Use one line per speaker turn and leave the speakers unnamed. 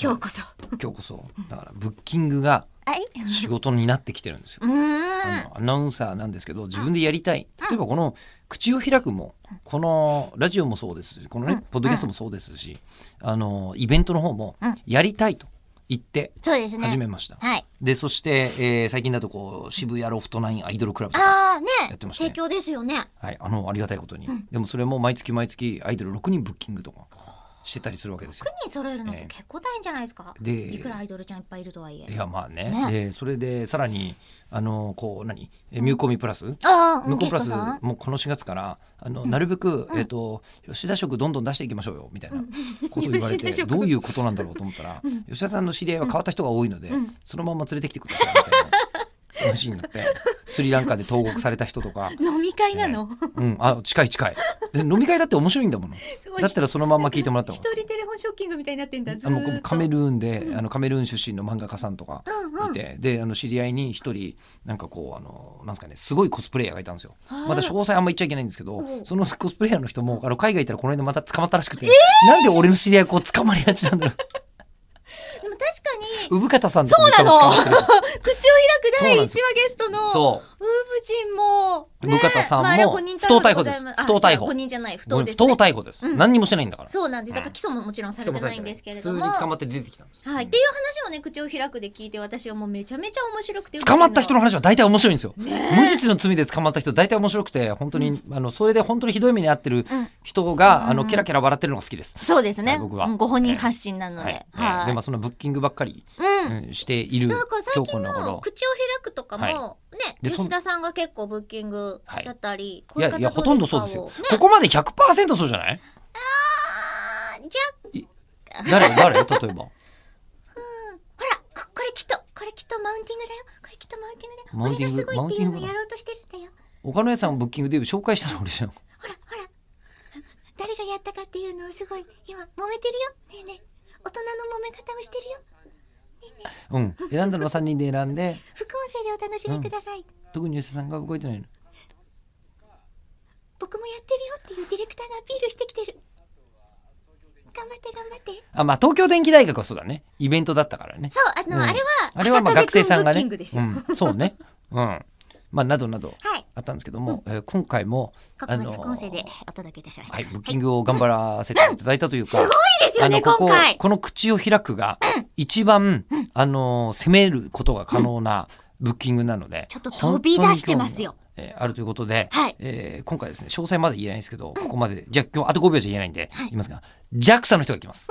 今日こそ
今日こそだからブッキングが
はい
仕事になってきてるんですよ
うー
あ
ん
のアナウンサーなんですけど自分でやりたい例えばこの「口を開くも」このラジオもそうですしこの
うん
ねポッドキャストもそうですしあのイベントの方も
うん
やりたいと言って
そうですね
始めました。
はい
でそして、えー最近だとこう渋谷ロフトナインアイドルクラブとか、
ああね
やってましたね
提供ですよね
はい、あのありがたいことに、でもそれも毎月毎月アイドル6人ブッキングとかしてたりするわけですよ。
人揃えるのって
ええ
結構大変じゃないですか、
で
いくらアイドルちゃんいっぱいいるとはいえ
いやまあね
ね
でそれでさらにあのこう何えミューコミプラス、
ああ
向こう
ゲ
プラ
スト
ス
さん
もうこの4月からあのなるべく、えっと吉田食どんどん出していきましょうよみたいな ことを言われ
吉田
て
食
どういうことなんだろうと思ったら、吉田さんの知り合いは変わった人が多いので、
うん
そのまま連れてきてくださいみたいな話になってスリランカで投獄された人と か、
飲み会なの、
うん、あ近い近いで飲み会だって面白いんだも の
すごい
だったらそのまんま聞いてもらった方
一
が
人テレフォンショッキングみたいになってんだず
あもう
ーっ
カ
と
メルーンで、あのカメルーン出身の漫画家さんとか
うんうん
いて、であの知り合いに一人なんかこうあのなんですかねすごいコスプレイヤーがいたんですよ
あら
まだ詳細あんま言っちゃいけないんですけど
うん
そのコスプレイヤーの人もあの海外行ったらこの間また捕まったらしくて、なんで俺の知り合いこう捕まりがちなんだ ろ
でも確かに
う産方さんとかも
そうなの
多分捕まってる
口を開く第1話ゲストの
そう
ウーブ人も、
向方さんも
まああれは誤認逮
不当逮捕です
ございまあ
不当逮捕
誤認じゃない、不
ご
当
めん
です、
不当
ね。
逮捕です、
うん
何にもしてないんだから
そうなんです。だから起訴ももちろんされてないんですけれども。
普通に捕ま
は
って出てきたんですよ
い。っていう話をね、口を開くで聞いて、私はもうめちゃめちゃ面白くて。
捕まった人の話は大体面白いんですよ、
ね
無実の罪で捕まった人大体面白くて本当に、あのそれで本当にひどい目に遭ってる人が、あのケラケラ笑ってるのが好きです
そうですね。
はい僕は
うんご本人発信なの
はい
で。
ね
はい。
でまあそのブッキングばっかり、
うん。
うんしている
なんか最
今日こ
近
の
の
頃
口を開くとかも、ね、
でそん
吉田さんが結構ブッキングだったり、
いやいやほとんどそうですよ、
ね、
ここまで100%そうじゃ ない
あーじゃあ、
誰誰例えば
ほら、ここれきっと、これきっとマウンティングだよ。これきっとマウンティングだよ。
マウンティング
俺がすごいっていうの
マウンティングだ
やろうとしてるんだよ。
岡野屋さんをブッキングで紹介したの俺じゃん
ほらほら誰がやったかっていうのをすごい今揉めてるよねえねえ大人の揉め方をしてるよ
うん選んだのは3人で選んで
副音声でお楽しみください、
特に吉田さんが動いてないの
僕もやってるよっていうディレクターがアピールしてきてる頑張って頑張って
あまあ東京電機大学はそうだねイベントだったからね
そうあの、
うん
あれは
あれはまあ
朝
学
壁
生さんが
くブッキ
ね
ングですよ、
うん、そうねうんまあなどなど
はい
あったんですけども、えー今回も
ここ
あ
まで
の
副音声でお届けいたしました、
はい、ブッキングを頑張らせていただいたというか、
すごいですよね
あのここ
今回
この口を開くが、一番、あの、攻めることが可能なブッキングなので、
ちょっと飛び出してます
本当に興
よ
味が。えーあるということで、
はい
えー今回ですね、詳細まで言えないんですけど、ここまで、じゃあ今日あと5秒じゃ言えないんで、言いますが、JAXA の人が来ます。